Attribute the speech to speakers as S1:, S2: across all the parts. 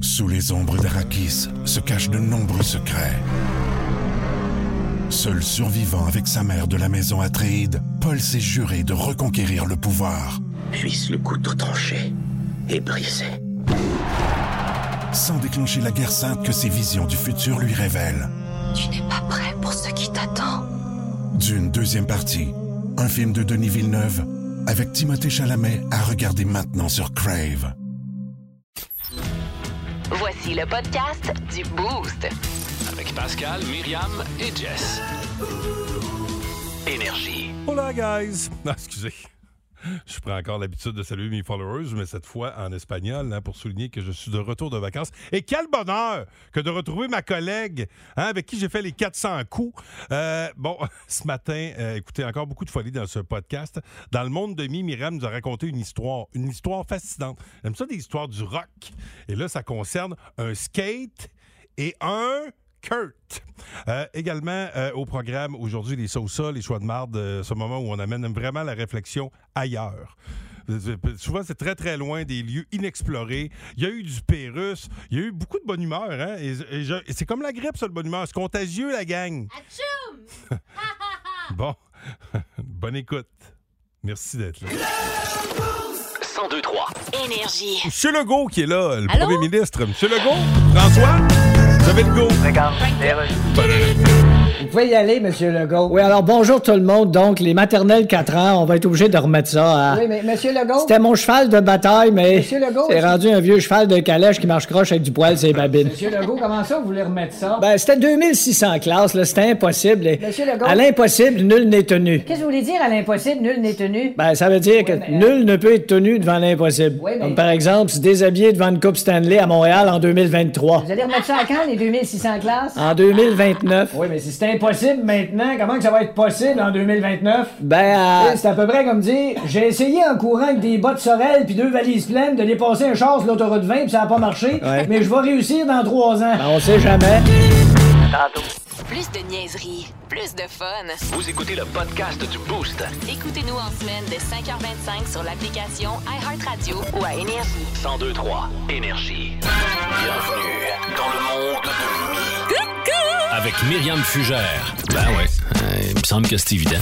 S1: Sous les ombres d'Arakis se cachent de nombreux secrets. Seul survivant avec sa mère de la maison Atréide, Paul s'est juré de reconquérir le pouvoir.
S2: Puisse le couteau tranché et brisé.
S1: Sans déclencher la guerre sainte que ses visions du futur lui révèlent.
S3: Tu n'es pas prêt pour ce qui t'attend.
S1: D'une deuxième partie, un film de Denis Villeneuve, avec Timothée Chalamet à regarder maintenant sur Crave.
S4: Voici le podcast du Boost.
S5: Avec Pascal, Myriam et Jess. Énergie.
S6: Hola, guys! Non, excusez. Je prends encore l'habitude de saluer mes followers, mais cette fois en espagnol, hein, pour souligner que je suis de retour de vacances. Et quel bonheur que de retrouver ma collègue hein, avec qui j'ai fait les 400 coups. Euh, bon, ce matin, euh, écoutez, encore beaucoup de folie dans ce podcast. Dans le monde de mi, Myriam nous a raconté une histoire, une histoire fascinante. J'aime ça des histoires du rock. Et là, ça concerne un skate et un... Kurt. Euh, également euh, au programme aujourd'hui, les sauces, les choix de marde, euh, ce moment où on amène vraiment la réflexion ailleurs. Souvent, c'est très, très loin des lieux inexplorés. Il y a eu du Pérus. Il y a eu beaucoup de bonne humeur. Hein? Et, et je- et c'est comme la grippe, ça, le bonne humeur. C'est contagieux, la gang. Bon, bonne écoute. Merci d'être là.
S5: 1023.
S4: Énergie.
S6: Monsieur Legault qui est là, le
S7: Allô?
S6: premier ministre. Monsieur Legault, François, vous avez le go.
S8: Vous pouvez y aller, Monsieur Legault. Oui, alors bonjour tout le monde. Donc, les maternelles 4 ans, on va être obligé de remettre ça à.
S9: Oui, mais Monsieur Legault,
S8: C'était mon cheval de bataille, mais
S9: Monsieur Legault,
S8: c'est
S9: est-ce-
S8: rendu un vieux cheval de calèche qui marche croche avec du poil, c'est babine.
S9: Monsieur Legault, comment ça vous voulez remettre ça
S8: Ben, c'était 2600 classes, là, c'était impossible. et-
S9: Monsieur Legault.
S8: À l'impossible, nul n'est tenu.
S9: Qu'est-ce que vous voulez dire à l'impossible, nul n'est tenu
S8: Ben, ça veut dire que
S9: mais, euh,
S8: nul ne peut être tenu devant l'impossible.
S9: Oui, mais-
S8: Comme par exemple, se déshabiller devant une Coupe Stanley à Montréal en 2023.
S9: Vous allez remettre ça à quand les 2600 classes
S8: En 2029.
S9: Oui, mais si c'est impossible maintenant, comment que ça va être possible en 2029
S8: Ben, à-
S9: C'est à peu près comme dire j'ai essayé en courant avec des bottes sorel puis deux valises pleines de dépasser un char sur l'autoroute 20 puis ça a pas marché,
S8: Ouais.
S9: mais je vais réussir dans trois ans.
S8: ben, on sait jamais.
S4: Plus de niaiserie, plus de fun.
S5: Vous écoutez le podcast du Boost.
S4: Écoutez-nous en semaine de 5h25 sur l'application iHeartRadio ou à Énergie.
S5: 1023. Énergie. Bienvenue dans le monde de Mi. Avec Myriam Fugère. Ben ouais. il me semble que c'est évident.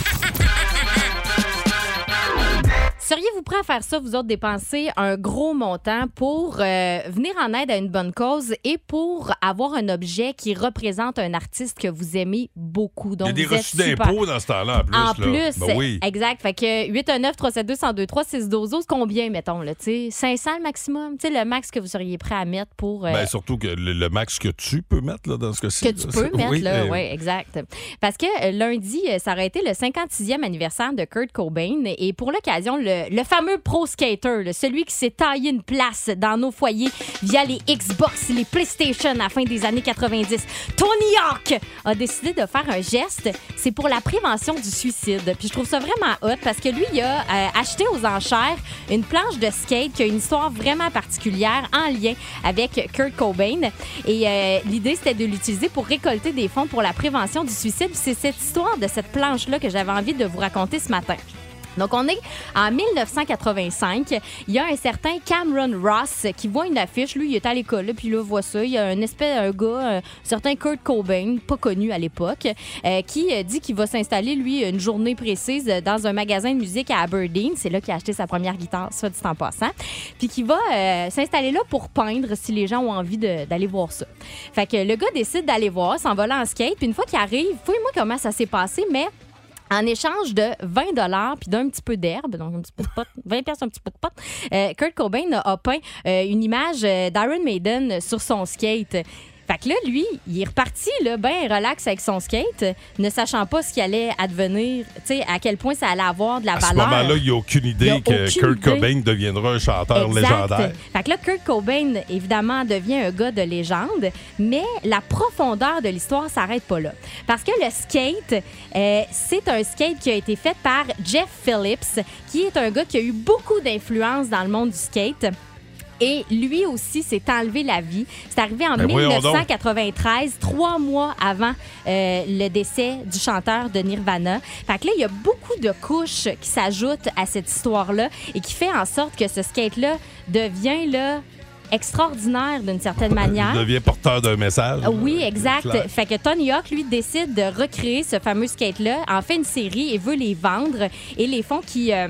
S7: Seriez-vous prêt à faire ça, vous autres, dépenser un gros montant pour euh, venir en aide à une bonne cause et pour avoir un objet qui représente un artiste que vous aimez beaucoup?
S6: Il
S7: Donc,
S6: y a des
S7: vous êtes
S6: reçus
S7: super-
S6: d'impôts dans ce temps-là, en plus.
S7: En
S6: là.
S7: plus,
S6: Ben oui.
S7: exact. Fait que 819 372 1023 612 combien, mettons, là, tu sais? 500 le maximum, tu sais, le max que vous seriez prêt à mettre pour... euh,
S6: Ben, surtout que le, le max que tu peux mettre là, dans ce cas-ci.
S7: que tu
S6: là,
S7: peux
S6: c'est-
S7: mettre,
S6: oui,
S7: là,
S6: euh,
S7: oui, exact. Parce que euh, lundi, euh, ça aurait été le 56e anniversaire de Kurt Cobain. Et pour l'occasion, le, le fameux pro skater, là, celui qui s'est taillé une place dans nos foyers via les Xbox, les PlayStation à la fin des années 90, Tony Hawk a décidé de faire un geste. C'est pour la prévention du suicide. Puis je trouve ça vraiment hot parce que lui, il a euh, acheté aux enchères une planche de skate qui a une histoire vraiment particulière en lien avec Kurt Cobain. Et euh, l'idée, c'était de l'utiliser pour récolter des fonds pour la prévention du suicide. C'est cette histoire de cette planche-là que j'avais envie de vous raconter ce matin. Donc, on est en 1985. Il y a un certain Cameron Ross qui voit une affiche. Lui, il est à l'école, là, puis là, voit ça. Il y a un espèce, un gars, un certain Kurt Cobain, pas connu à l'époque, euh, qui euh, dit qu'il va s'installer, lui, une journée précise euh, dans un magasin de musique à Aberdeen. C'est là qu'il a acheté sa première guitare, soit dit en passant. Puis qui va euh, s'installer là pour peindre si les gens ont envie de- d'aller voir ça. Fait que le gars décide d'aller voir, s'en va là en skate. Puis une fois qu'il arrive, fouille-moi comment ça s'est passé, mais en échange de 20 dollars puis d'un petit peu d'herbe, donc un petit peu de pot, 20 pièces un petit peu de pot, euh, Kurt Cobain a a peint euh, une image euh, d'Iron Maiden sur son skate. Fait que là, lui, il est reparti, là, ben relax avec son skate, euh, ne sachant pas ce qui allait advenir, tu sais, à quel point ça allait avoir de la
S6: À ce
S7: valeur.
S6: moment-là, il n'y a aucune
S7: Il
S6: idée
S7: y a
S6: que
S7: aucune
S6: Kurt
S7: idée.
S6: Cobain deviendra un chanteur légendaire.
S7: Fait que là, Kurt Cobain, évidemment, devient un gars de légende, mais la profondeur de l'histoire s'arrête pas là. Parce que le skate, euh, c'est un skate qui a été fait par Jeff Phillips, qui est un gars qui a eu beaucoup d'influence dans le monde du skate. Et lui aussi s'est enlevé la vie. C'est arrivé en
S6: Ben voyons donc.
S7: 1993, trois mois avant euh, le décès du chanteur de Nirvana. Fait que là, il y a beaucoup de couches qui s'ajoutent à cette histoire-là et qui fait en sorte que ce skate-là devient là extraordinaire d'une certaine manière.
S6: Il devient porteur d'un message. euh,
S7: Ah Oui, exact.
S6: Claire.
S7: Fait que Tony Hawk, lui, décide de recréer ce fameux skate-là, en fait une série et veut les vendre. Et les fonds qui euh,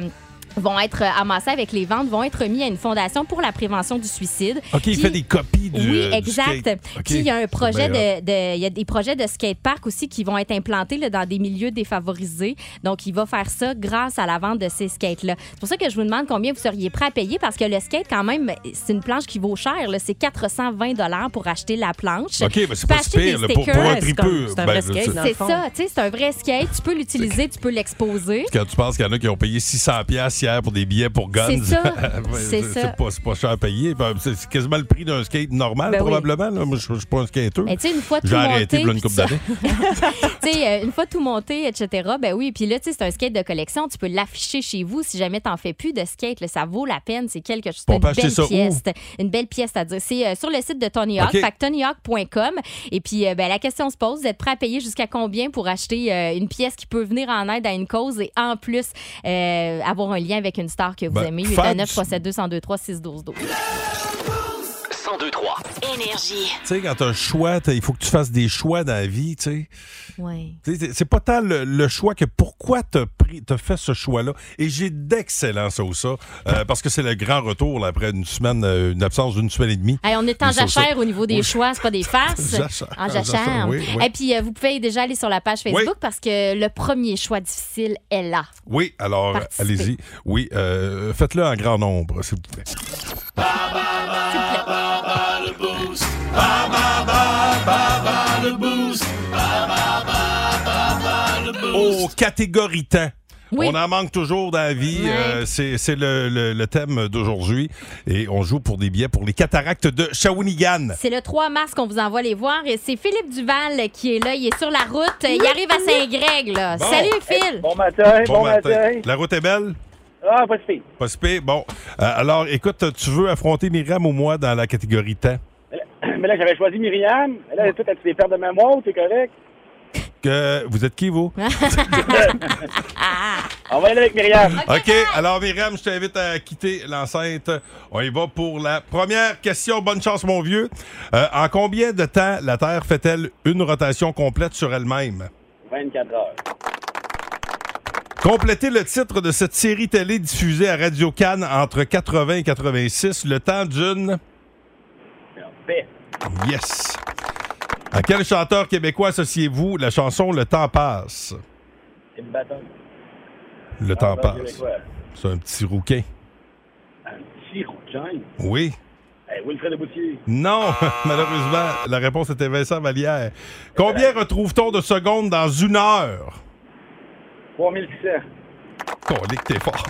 S7: vont être amassés avec les ventes vont être mis à une fondation pour la prévention du suicide.
S6: OK, il
S7: Qui-
S6: fait des copies du.
S7: oui,
S6: euh, du
S7: exact.
S6: skate. OK. Ah, ben,
S7: Puis il y a un projet
S6: C'est bien
S7: de, de- il y a des projets de skatepark aussi qui vont être implantés là, dans des milieux défavorisés. Donc il va faire ça grâce à la vente de ces skates là. C'est pour ça que je vous demande combien vous seriez prêt à payer parce que le skate quand même c'est une planche qui vaut cher là. c'est 420 dollars pour acheter la planche.
S6: OK, mais c'est pas si
S7: Acheter des
S6: pire. là, pour, pour
S7: stickers,
S6: un
S10: c'est
S6: tripeux.
S10: comme- c'est un
S6: ben,
S10: vrai
S6: je
S10: skate,
S6: sais.
S10: dans le
S7: C'est
S10: fond.
S7: ça, tu sais, c'est un vrai skate, tu peux l'utiliser, tu peux l'exposer.
S6: Quand tu penses qu'il y en a qui ont payé 600 pièces hier pour des billets pour Guns.
S7: C'est ça.
S6: Ouais,
S7: C'est
S6: c'est-
S7: ça.
S6: c'est pas, c'est pas cher à payer. Ben, C'est c'est quasiment le prix d'un skate normal,
S10: Ben oui.
S6: probablement. là. Moi, je je suis pas un skateur.
S7: Mais tu sais, une fois tout
S6: J'ai arrêté
S7: monté,
S6: pour une
S7: puis
S6: couple
S7: ça-
S6: d'années.
S7: Tu sais, euh, une fois tout monté, etc., ben oui. Puis là, tu sais, c'est un skate de collection. Tu peux l'afficher chez vous si jamais t'en fais plus de skate. là, ça vaut la peine. C'est quelque chose.
S6: On
S7: C'est une
S6: peut ben, acheter
S7: belle
S6: ça où?
S7: pièce. Une belle pièce, à dire. C'est euh, sur le site de Tony Hawk,
S6: OK.
S7: fait que tonyhawk.com. Et puis, euh, ben, la question se pose, vous êtes prêt à payer jusqu'à combien pour acheter euh, une pièce qui peut venir en aide à une cause et en plus euh, avoir un lien avec une star que vous
S6: Ben,
S7: aimez?
S6: faire
S7: 819 372 1023 612 12
S5: 1023.
S4: Énergie.
S6: Tu sais, quand t'as un choix, t'as- il faut que tu fasses des choix dans la vie, tu sais.
S7: Ouais.
S6: Tu sais, c'est- C'est pas tant le, le choix que pourquoi t'as pris, t'as fait ce choix-là. Et j'ai d'excellents sauces, euh, parce que c'est le grand retour là, après une semaine, euh, une absence d'une semaine et demie.
S7: Hey, on est en
S6: Ils sont
S7: jachère au niveau des
S6: Oui.
S7: choix, c'est pas des farces.
S6: Jachère,
S7: en
S6: jachère,
S7: jachère.
S6: oui, oui.
S7: Et puis, euh, vous pouvez déjà aller sur la page Facebook
S6: Oui.
S7: parce que le premier choix difficile est là.
S6: Oui, alors
S7: Participer.
S6: allez-y. Oui, euh, faites-le en grand nombre, s'il vous plaît. Oh, catégorie temps.
S7: Oui.
S6: On en manque toujours dans la vie.
S7: Ouais.
S6: Euh, c'est c'est le, le- le thème d'aujourd'hui. Et on joue pour des billets pour les cataractes de Shawinigan.
S7: C'est le 3 mars qu'on vous envoie les voir et c'est Philippe Duval qui est là. Il est sur la route. Il arrive à Saint-Greg. là.
S6: Bon.
S7: Salut, Phil.
S11: Bon matin, bon, matin.
S6: La route est belle?
S11: Ah, pas de fille.
S6: Pas si pire. Bon, Euh, alors écoute, tu veux affronter Myriam ou moi dans la catégorie temps?
S11: Mais là, j'avais choisi Myriam. Mais là, tout, as-tu des pertes de mémoire? C'est correct.
S6: Que, vous êtes qui, vous?
S11: On va aller avec Myriam.
S6: OK, alors Myriam, je t'invite à quitter l'enceinte. On y va pour la première question. Bonne chance, mon vieux. Euh, en combien de temps la Terre fait-elle une rotation complète sur elle-même?
S11: 24 heures.
S6: Complétez le titre de cette série télé diffusée à Radio Cannes entre 80 et 86, le temps d'une...
S11: Parfait.
S6: Yes! À quel chanteur québécois associez-vous la chanson Le temps passe?
S11: C'est le bâton.
S6: Le temps passe. C'est un petit rouquin.
S11: Un petit rouquin.
S6: Oui.
S11: Hey, Wilfred Boutier.
S6: Non, malheureusement, la réponse était Vincent Vallière. Combien retrouve-t-on de secondes dans une heure?
S11: 3600.
S6: Colique, t'es fort.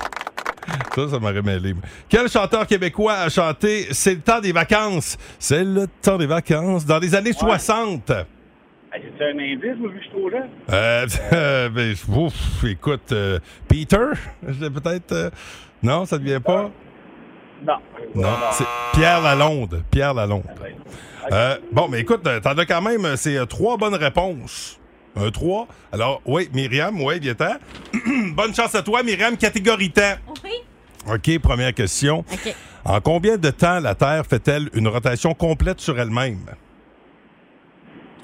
S6: Ça, ça m'aurait mêlé. Quel chanteur québécois a chanté C'est le temps des vacances? C'est le temps des vacances dans les années 60.
S11: Hey, C'est un indice, moi, vu que je suis trop jeune?
S6: Euh, ben, ouf, écoute, euh, Peter, je l'ai peut-être. euh, non, ça ne vient pas.
S11: Non. Ah, ben,
S6: Non, c'est Pierre Lalonde. Pierre Lalonde.
S11: Ouais.
S6: Euh, bon, mais écoute, euh, t'en as quand même, euh, c'est euh, trois bonnes réponses. Un trois. Alors, oui, Myriam, oui, viens-t'en. Bonne chance à toi, Myriam, catégorie temps. OK, première question.
S7: OK.
S6: En combien de temps la Terre fait-elle une rotation complète sur elle-même?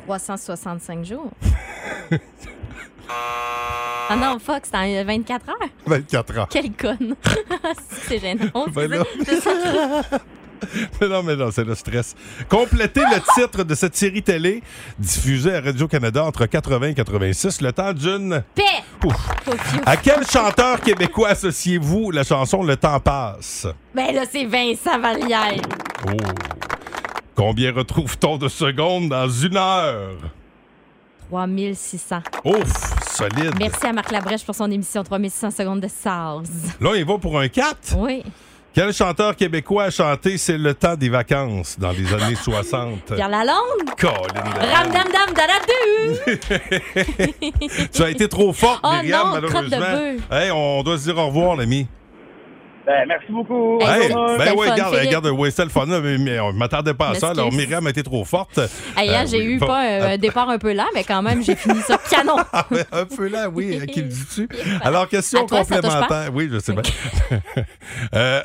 S7: 365 jours. Ah non, fuck, c'est en 24 heures.
S6: 24 ans.
S7: Quelle conne. c'est gênant.
S6: Ben là. Mais non, mais non, c'est le stress. Complétez le titre de cette série télé diffusée à Radio-Canada entre 80 et 86, le temps d'une...
S7: Paix.
S6: Ouf.
S7: Ouf, ouf.
S6: À quel chanteur québécois associez-vous la chanson Le temps passe?
S7: Ben là, c'est Vincent Vallière.
S6: Oh. Combien retrouve-t-on de secondes dans une heure?
S7: 3600.
S6: Ouf, solide.
S7: Merci à Marc Labrèche pour son émission 3600 secondes de SARS.
S6: Là, il va pour un 4.
S7: Oui.
S6: Quel chanteur québécois a chanté C'est le temps des vacances dans les années 60?
S7: Pierre Lalonde.
S6: Colin Lalonde.
S7: Ram dam dam da da du.
S6: Tu as été trop forte,
S7: Oh
S6: Myriam,
S7: Ah, non, crotte de
S6: malheureusement. Hey, on doit se dire au revoir, l'ami.
S11: Ben, merci beaucoup.
S6: Hey,
S11: Bonne journée.
S6: ben
S7: le
S6: oui,
S7: fun,
S6: regarde,
S7: Philippe.
S6: regarde, ouais, c'était le fun, là, mais, mais on ne m'attendait pas à ça.
S7: M'excuse.
S6: Alors, Myriam était trop forte.
S7: Hey,
S6: Euh,
S7: hein, j'ai
S6: oui,
S7: eu
S6: bon,
S7: pas un, un départ un peu là, mais quand même, j'ai fini ça canon.
S6: Ah, ben, un peu là, oui, à qui le dis-tu? Alors, question
S7: À toi, ça touche pas?
S6: complémentaire. Oui, je sais bien. Euh,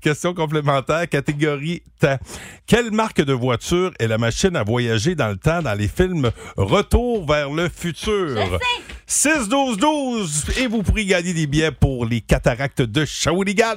S6: question complémentaire, catégorie temps. Quelle marque de voiture est la machine à voyager dans le temps dans les films Retour vers le futur? 6-12-12 et vous pourrez gagner des billets pour les cataractes de Shawinigan.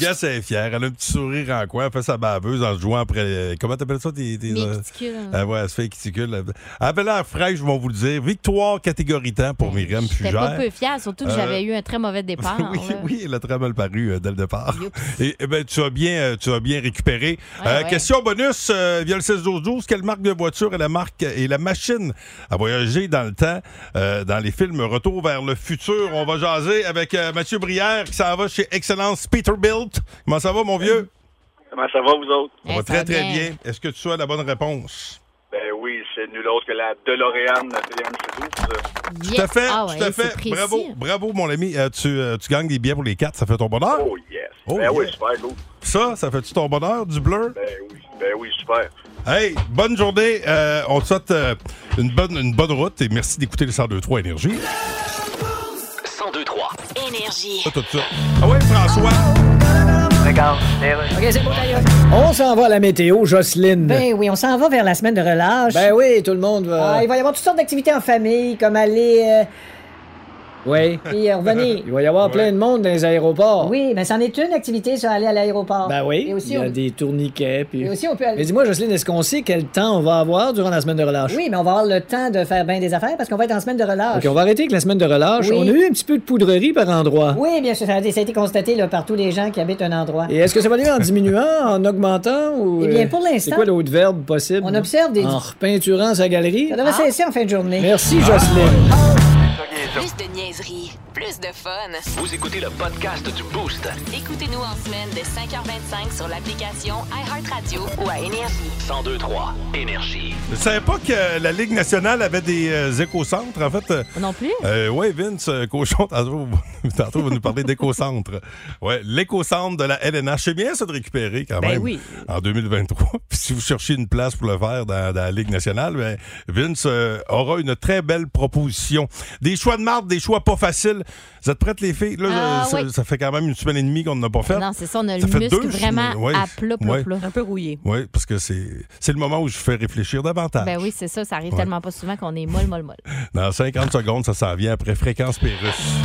S6: Yes, elle est fière. Elle a un petit sourire en coin. Elle fait sa baveuse en se jouant après. euh, Comment t'appelles ça? Tes, tes-
S7: Mes
S6: euh,
S7: cuticules.
S6: Ah ouais, elle se fait cuticule. Elle- Elle avait l'air fraîche, je vais vous le dire. Victoire catégorie temps pour Myriam
S7: Ben, J'étais
S6: Fugère.
S7: pas peu fière, surtout que
S6: Euh,
S7: j'avais eu un très mauvais départ.
S6: oui,
S7: là.
S6: oui, elle a très mal paru euh, dès le départ.
S7: Youps. Ah
S6: Et, eh ben, tu, as bien, euh, tu as bien récupéré.
S7: Ouais,
S6: Euh,
S7: ouais.
S6: Question bonus euh, via le 16-12-12. Quelle marque de voiture est la marque et la machine à voyager dans le temps euh, dans les films Retour vers le futur? On va jaser avec euh, Mathieu Brière qui s'en va chez Excellence Peterbilt. Comment ça va, mon vieux?
S11: Comment ça va, vous autres?
S6: On
S7: Eh,
S6: va
S7: ça
S6: très,
S7: va
S6: très
S7: bien.
S6: bien. Est-ce que tu as la bonne réponse?
S11: Ben oui, c'est nul autre que la DeLorean la DeLorean
S7: Yes.
S6: Tout à fait,
S7: Ah
S6: tout à
S7: ouais, c'est
S6: fait.
S7: précis.
S6: Bravo, bravo, mon ami. Euh, tu, euh, tu gagnes des billets pour les quatre, ça fait ton bonheur.
S11: Oh yes.
S6: Oh,
S11: ben oui,
S6: yeah.
S11: super cool.
S6: Ça, ça fait-tu ton bonheur, du bleu?
S11: Ben oui, ben oui, super.
S6: Hey, bonne journée. Euh, on te souhaite euh, une, bonne, une bonne route et merci d'écouter le 1023 Énergie.
S5: 1023.
S4: Énergie.
S6: Tout ça. Ah oui, François.
S9: On s'en va à la météo, Jocelyne.
S10: Ben oui, on s'en va vers la semaine de relâche.
S8: Ben oui, tout le monde va.
S10: Ah, il va y avoir toutes sortes d'activités en famille, comme aller
S8: Oui.
S10: euh, puis euh, revenir.
S8: Il va y avoir plein de monde dans les aéroports.
S10: Oui, mais c'en est une activité, ça, aller à l'aéroport.
S8: Ben oui.
S10: Et aussi,
S8: il y a
S10: on...
S8: des tourniquets. Puis...
S10: et aussi, on peut
S8: Mais
S10: aller.
S8: dis-moi, Jocelyne, est-ce qu'on sait quel temps on va avoir durant la semaine de relâche?
S10: Oui, mais on va avoir le temps de faire bien des affaires parce qu'on va être en semaine de relâche.
S8: OK, on va arrêter avec la semaine de relâche.
S10: Oui.
S8: On a eu un petit peu de poudrerie par endroit.
S10: Oui, bien sûr, ça a été ça a été constaté là, par tous les gens qui habitent un endroit.
S8: Et est-ce que ça va aller en diminuant, en augmentant ou.
S10: Eh bien,
S8: euh,
S10: pour
S8: C'est
S10: l'instant,
S8: quoi l'autre verbe possible?
S10: on observe des-
S8: En repeinturant sa galerie.
S10: ça devrait cesser en fin de journée.
S8: Merci, Jocelyne.
S4: Plus de niaiserie, plus de fun.
S5: Vous écoutez le podcast du Boost.
S4: Écoutez-nous en semaine de 5h25 sur l'application iHeartRadio ou à Énergie.
S5: 1023. Énergie.
S6: Je savais pas que la Ligue nationale avait des euh, éco-centres. En fait, euh,
S7: Non plus?
S6: euh, ouais, Vince euh, Cochon, tantôt, tantôt, va nous parler d'éco-centre. Ouais, l'éco-centre de la LNH. C'est bien ça de récupérer quand
S10: Ben
S6: même
S10: oui.
S6: en 2023. Puis si vous cherchez une place pour le faire dans, dans la Ligue nationale, ben, Vince euh, aura une très belle proposition. Des choix de marde, des choix pas faciles. Vous êtes prêtes, les filles? Là,
S7: Ah,
S6: ça,
S7: oui.
S6: ça fait quand même une semaine et demie qu'on n'a pas fait.
S7: Non, c'est ça, on a le
S6: Ça fait
S7: muscle
S6: deux
S7: vraiment
S6: semaines, ouais.
S7: à plat, plat,
S6: Ouais.
S7: plat.
S10: Un peu rouillé.
S6: Oui, parce que c'est c'est le moment où je fais réfléchir davantage.
S7: Ben oui, c'est ça, ça arrive
S6: Ouais.
S7: tellement pas souvent qu'on est molle, molle, molle.
S6: Dans 50 secondes, ça s'en vient après Fréquence Pérusse.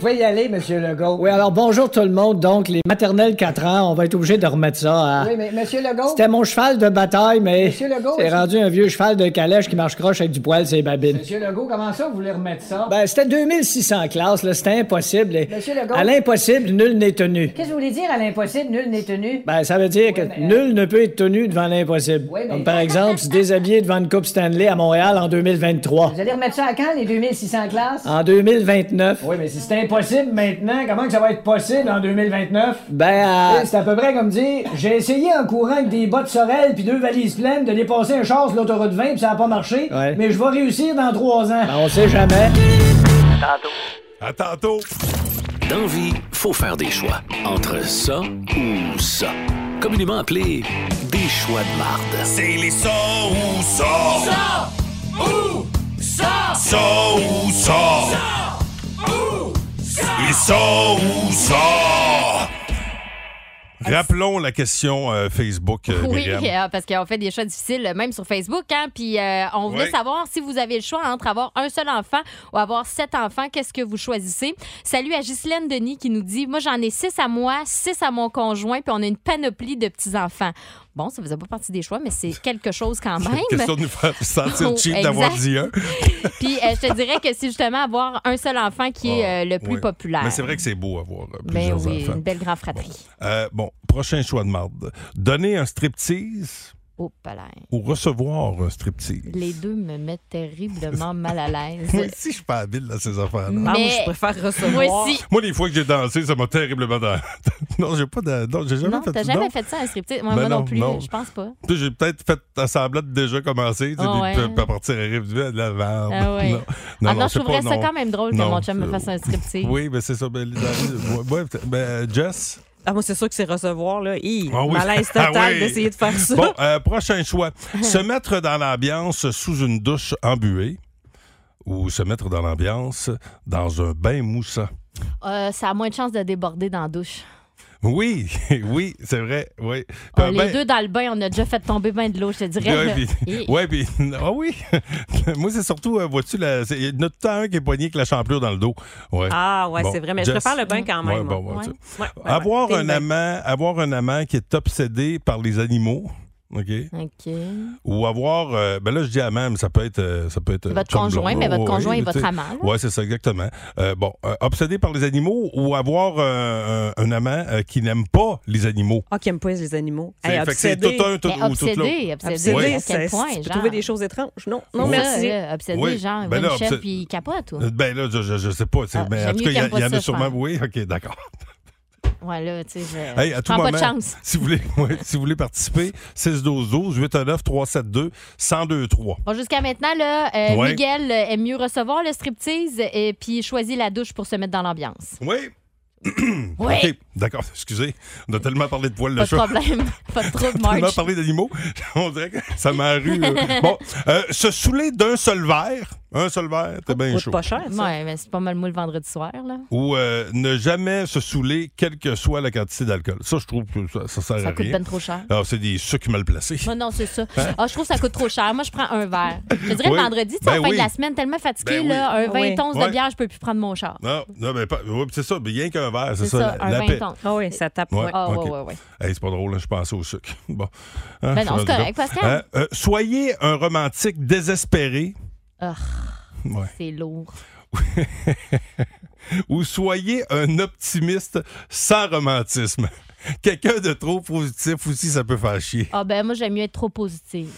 S9: Vous pouvez y aller, Monsieur Legault.
S8: Oui, alors bonjour tout le monde. Donc, les maternelles 4 ans, on va être obligé de remettre ça à.
S10: Oui, mais Monsieur Legault.
S8: C'était mon cheval de bataille, mais
S10: Monsieur Legault,
S8: c'est
S10: est-ce-
S8: rendu un vieux cheval de calèche qui marche croche avec du poil, c'est babine.
S9: Monsieur Legault, comment ça, vous voulez remettre ça?
S8: Ben, c'était 2600 classes, là, c'était impossible. et-
S10: Monsieur Legault.
S8: À l'impossible, nul n'est tenu.
S10: Qu'est-ce que vous voulez dire à l'impossible, nul n'est tenu?
S8: Ben, ça veut dire que
S10: mais, euh,
S8: nul ne peut être tenu devant l'impossible.
S10: Oui, mais-
S8: Comme par exemple se déshabiller devant une Coupe Stanley à Montréal en 2023.
S10: Vous allez remettre ça à quand, les 2600 classes?
S8: En 2029,
S9: Oui, mais si c'est impossible maintenant, comment que ça va être possible en 2029?
S8: ben, à-
S9: Tu sais, C'est à peu près comme dire j'ai essayé en courant avec des bottes sorel puis deux valises pleines de dépasser un char sur l'autoroute 20 puis ça a pas marché,
S8: Ouais.
S9: mais je vais réussir dans trois ans.
S8: ben, on sait jamais.
S6: À tantôt!
S5: Dans vie, faut faire des choix. Entre ça ou ça. Communément appelé des choix de marde.
S1: C'est les ça ou ça. Ça ou ça. Ça ou ça. Les ça ou ça.
S6: Rappelons la question euh, Facebook, euh,
S7: Oui,
S6: Myriam.
S7: euh, parce qu'on fait des choix difficiles, euh, même sur Facebook. Hein, puis euh, on voulait
S6: Oui.
S7: savoir si vous avez le choix entre avoir un seul enfant ou avoir sept enfants, qu'est-ce que vous choisissez? Salut à Ghislaine Denis qui nous dit Moi, j'en ai six à moi, six à mon conjoint, puis on a une panoplie de petits-enfants. Bon, ça faisait pas partie des choix, mais c'est quelque chose quand
S6: C'est
S7: même.
S6: une question de nous faire sentir
S7: Oh,
S6: cheap d'avoir
S7: exact.
S6: dit un.
S7: Puis euh, je te dirais que c'est justement avoir un seul enfant qui est euh, le plus
S6: Ah, Ouais.
S7: populaire.
S6: Mais c'est vrai que c'est beau avoir euh,
S7: Ben
S6: plusieurs
S7: oui,
S6: enfants.
S7: une belle grande fratrie.
S6: Euh, bon, prochain choix de marde. Donner un striptease
S7: Oh, palais.
S6: ou recevoir un striptease.
S7: Les deux me mettent terriblement mal à l'aise.
S6: Moi aussi, je suis pas habile dans ces affaires-là.
S7: Mais-
S12: je préfère recevoir.
S7: Moi aussi.
S6: Moi, les fois que j'ai dansé, ça m'a terriblement... dans- non, j'ai pas... de- Non, j'ai jamais
S7: Non,
S6: fait
S7: t'as
S6: du
S7: jamais
S6: don.
S7: fait ça, un scripté. Moi,
S6: Ben
S7: moi non,
S6: non,
S7: plus,
S6: non.
S7: je pense pas.
S6: Puis j'ai peut-être fait un semblant de déjà commencer, tu sais,
S7: Ah
S6: puis
S7: ouais.
S6: puis à partir arrive du de la merde.
S7: Ah ouais.
S6: Non,
S7: ah non,
S6: non,
S7: je
S6: sais
S7: trouverais
S6: pas,
S7: ça
S6: non.
S7: quand même drôle que
S6: Non,
S7: mon chum me
S6: c'est-
S7: fasse un striptease.
S6: Oui, ben c'est ça. Ben, dans- ouais, ouais, ben, Jess?
S12: Ah, moi, c'est sûr que c'est recevoir, là. Hi,
S6: Ah oui.
S12: Malaise
S6: Ah
S12: total
S6: oui.
S12: d'essayer de faire ça.
S6: Bon, euh, prochain choix. se mettre dans l'ambiance sous une douche embuée ou se mettre dans l'ambiance dans un bain moussant.
S7: Euh, ça a moins de chances de déborder dans la douche.
S6: Oui, oui, c'est vrai. Oui. Puis
S7: Ah,
S6: un
S7: les
S6: bain-
S7: deux dans le bain, on a déjà fait tomber bien de l'eau, je te dirais.
S6: Ben,
S7: là.
S6: Ouais, puis,
S7: Et-
S6: ouais, puis- ah oui. Moi, c'est surtout, euh, vois-tu, la- c'est- il y en a tout le temps un qui est poigné avec la champlure dans le dos. Ouais.
S12: Ah, ouais,
S6: Bon,
S12: c'est vrai. Mais je
S6: Jess.
S12: préfère le bain quand
S6: Ouais,
S12: même.
S6: bon,
S12: moi.
S6: ouais, tu-
S12: Ouais, ouais, ouais.
S6: avoir,
S12: T'es
S6: un
S12: bien.
S6: amant, avoir un amant qui est obsédé par les animaux. OK?
S7: OK.
S6: Ou avoir, euh, ben là je dis amant, mais ça peut être, euh, ça peut être euh,
S7: Votre
S6: chum
S7: conjoint,
S6: blond.
S7: mais votre
S6: Ouais,
S7: conjoint
S6: ouais,
S7: est votre
S6: tu sais.
S7: amant, là.
S6: Ouais, c'est ça exactement. Euh, bon, euh, obsédé par les animaux ou avoir euh, un, un amant euh, qui n'aime pas les animaux.
S12: Ah, qui aime pas les animaux.
S6: C'est-
S12: Hey,
S6: fait que c'est
S12: obsédé.
S6: tout un, tout-
S7: Mais
S6: ou tout l'autre.
S7: obsédé, obsédé,
S12: Obsédé,
S7: à quel
S12: c'est-
S7: point,
S12: Tu peux
S7: genre?
S12: trouver des choses étranges. Non, non,
S7: Ça,
S12: merci.
S7: là, obsédé,
S6: Oui.
S7: genre,
S6: Ben
S7: une
S6: là,
S7: chef,
S6: obsé-
S7: puis il capote, toi.
S6: Euh, Ben là, je, je, je sais pas. tu sais,
S7: Ah,
S6: ben,
S7: j'aime
S6: en tout
S7: mieux
S6: cas, il y,
S7: qu'il
S6: a-
S7: aime pas
S6: il y en
S7: ça,
S6: a
S7: je
S6: sûrement.
S7: pense.
S6: Oui, ok, d'accord.
S7: Ouais, là, tu sais, je
S6: Hey, à tout
S7: prends
S6: moment,
S7: pas de chance.
S6: si vous voulez, ouais, si vous voulez participer, 6 12 12 819 372 1023.
S7: Bon, jusqu'à maintenant, là, euh,
S6: Ouais.
S7: Miguel euh, aime mieux recevoir le striptease et puis choisit la douche pour se mettre dans l'ambiance.
S6: Oui.
S7: Oui.
S6: OK, d'accord, excusez. On a tellement parlé de poils de
S7: Pas de
S6: chat.
S7: problème, pas de trouble,
S6: On a
S7: Marge.
S6: parlé d'animaux. On dirait que ça m'a rue. euh. Bon, euh, se saouler d'un seul verre. Un seul verre, t'es bien chaud.
S12: Coûte pas cher, ça.
S7: Ouais, mais c'est pas mal mou le vendredi soir, là.
S6: Ou euh, ne jamais se saouler, quelle que soit la quantité d'alcool. Ça, je trouve que ça, ça sert à
S7: Ça coûte
S6: rien.
S7: ben trop cher.
S6: Alors, c'est des sucres mal placés.
S7: Moi, non, c'est ça. Ah, je trouve que ça coûte trop cher. Moi, je prends un verre. Je te dirais
S6: Oui.
S7: le vendredi, tu sais, en
S6: Ben
S7: fin
S6: oui.
S7: de la semaine, tellement fatigué,
S6: Ben oui.
S7: là, un 20
S12: Ouais.
S7: onces
S6: Ouais.
S7: de bière, je peux plus prendre mon char.
S6: Non, non, ben, pas- ouais, c'est ça, mais rien qu'un verre, c'est
S7: C'est
S6: ça,
S7: ça,
S6: la,
S7: un
S6: la
S7: 20
S6: paix.
S7: onces.
S12: Ah oui, ça tape.
S6: Ouais,
S12: ouais.
S7: Ah,
S6: ok.
S7: ouais, ouais, ouais.
S6: Hey, c'est pas drôle, hein, je pensais au sucre. Bon. Hein,
S7: Ben non,
S6: ça
S7: c'est
S6: va
S7: correct,
S6: dire.
S7: Pascal.
S6: Hein, euh, soyez un romantique désespéré.
S7: Ah,
S6: Ouais.
S7: c'est lourd.
S6: ou soyez un optimiste sans romantisme. Quelqu'un de trop positif aussi, ça peut faire chier.
S7: Ah, ben, moi, j'aime mieux être trop positive.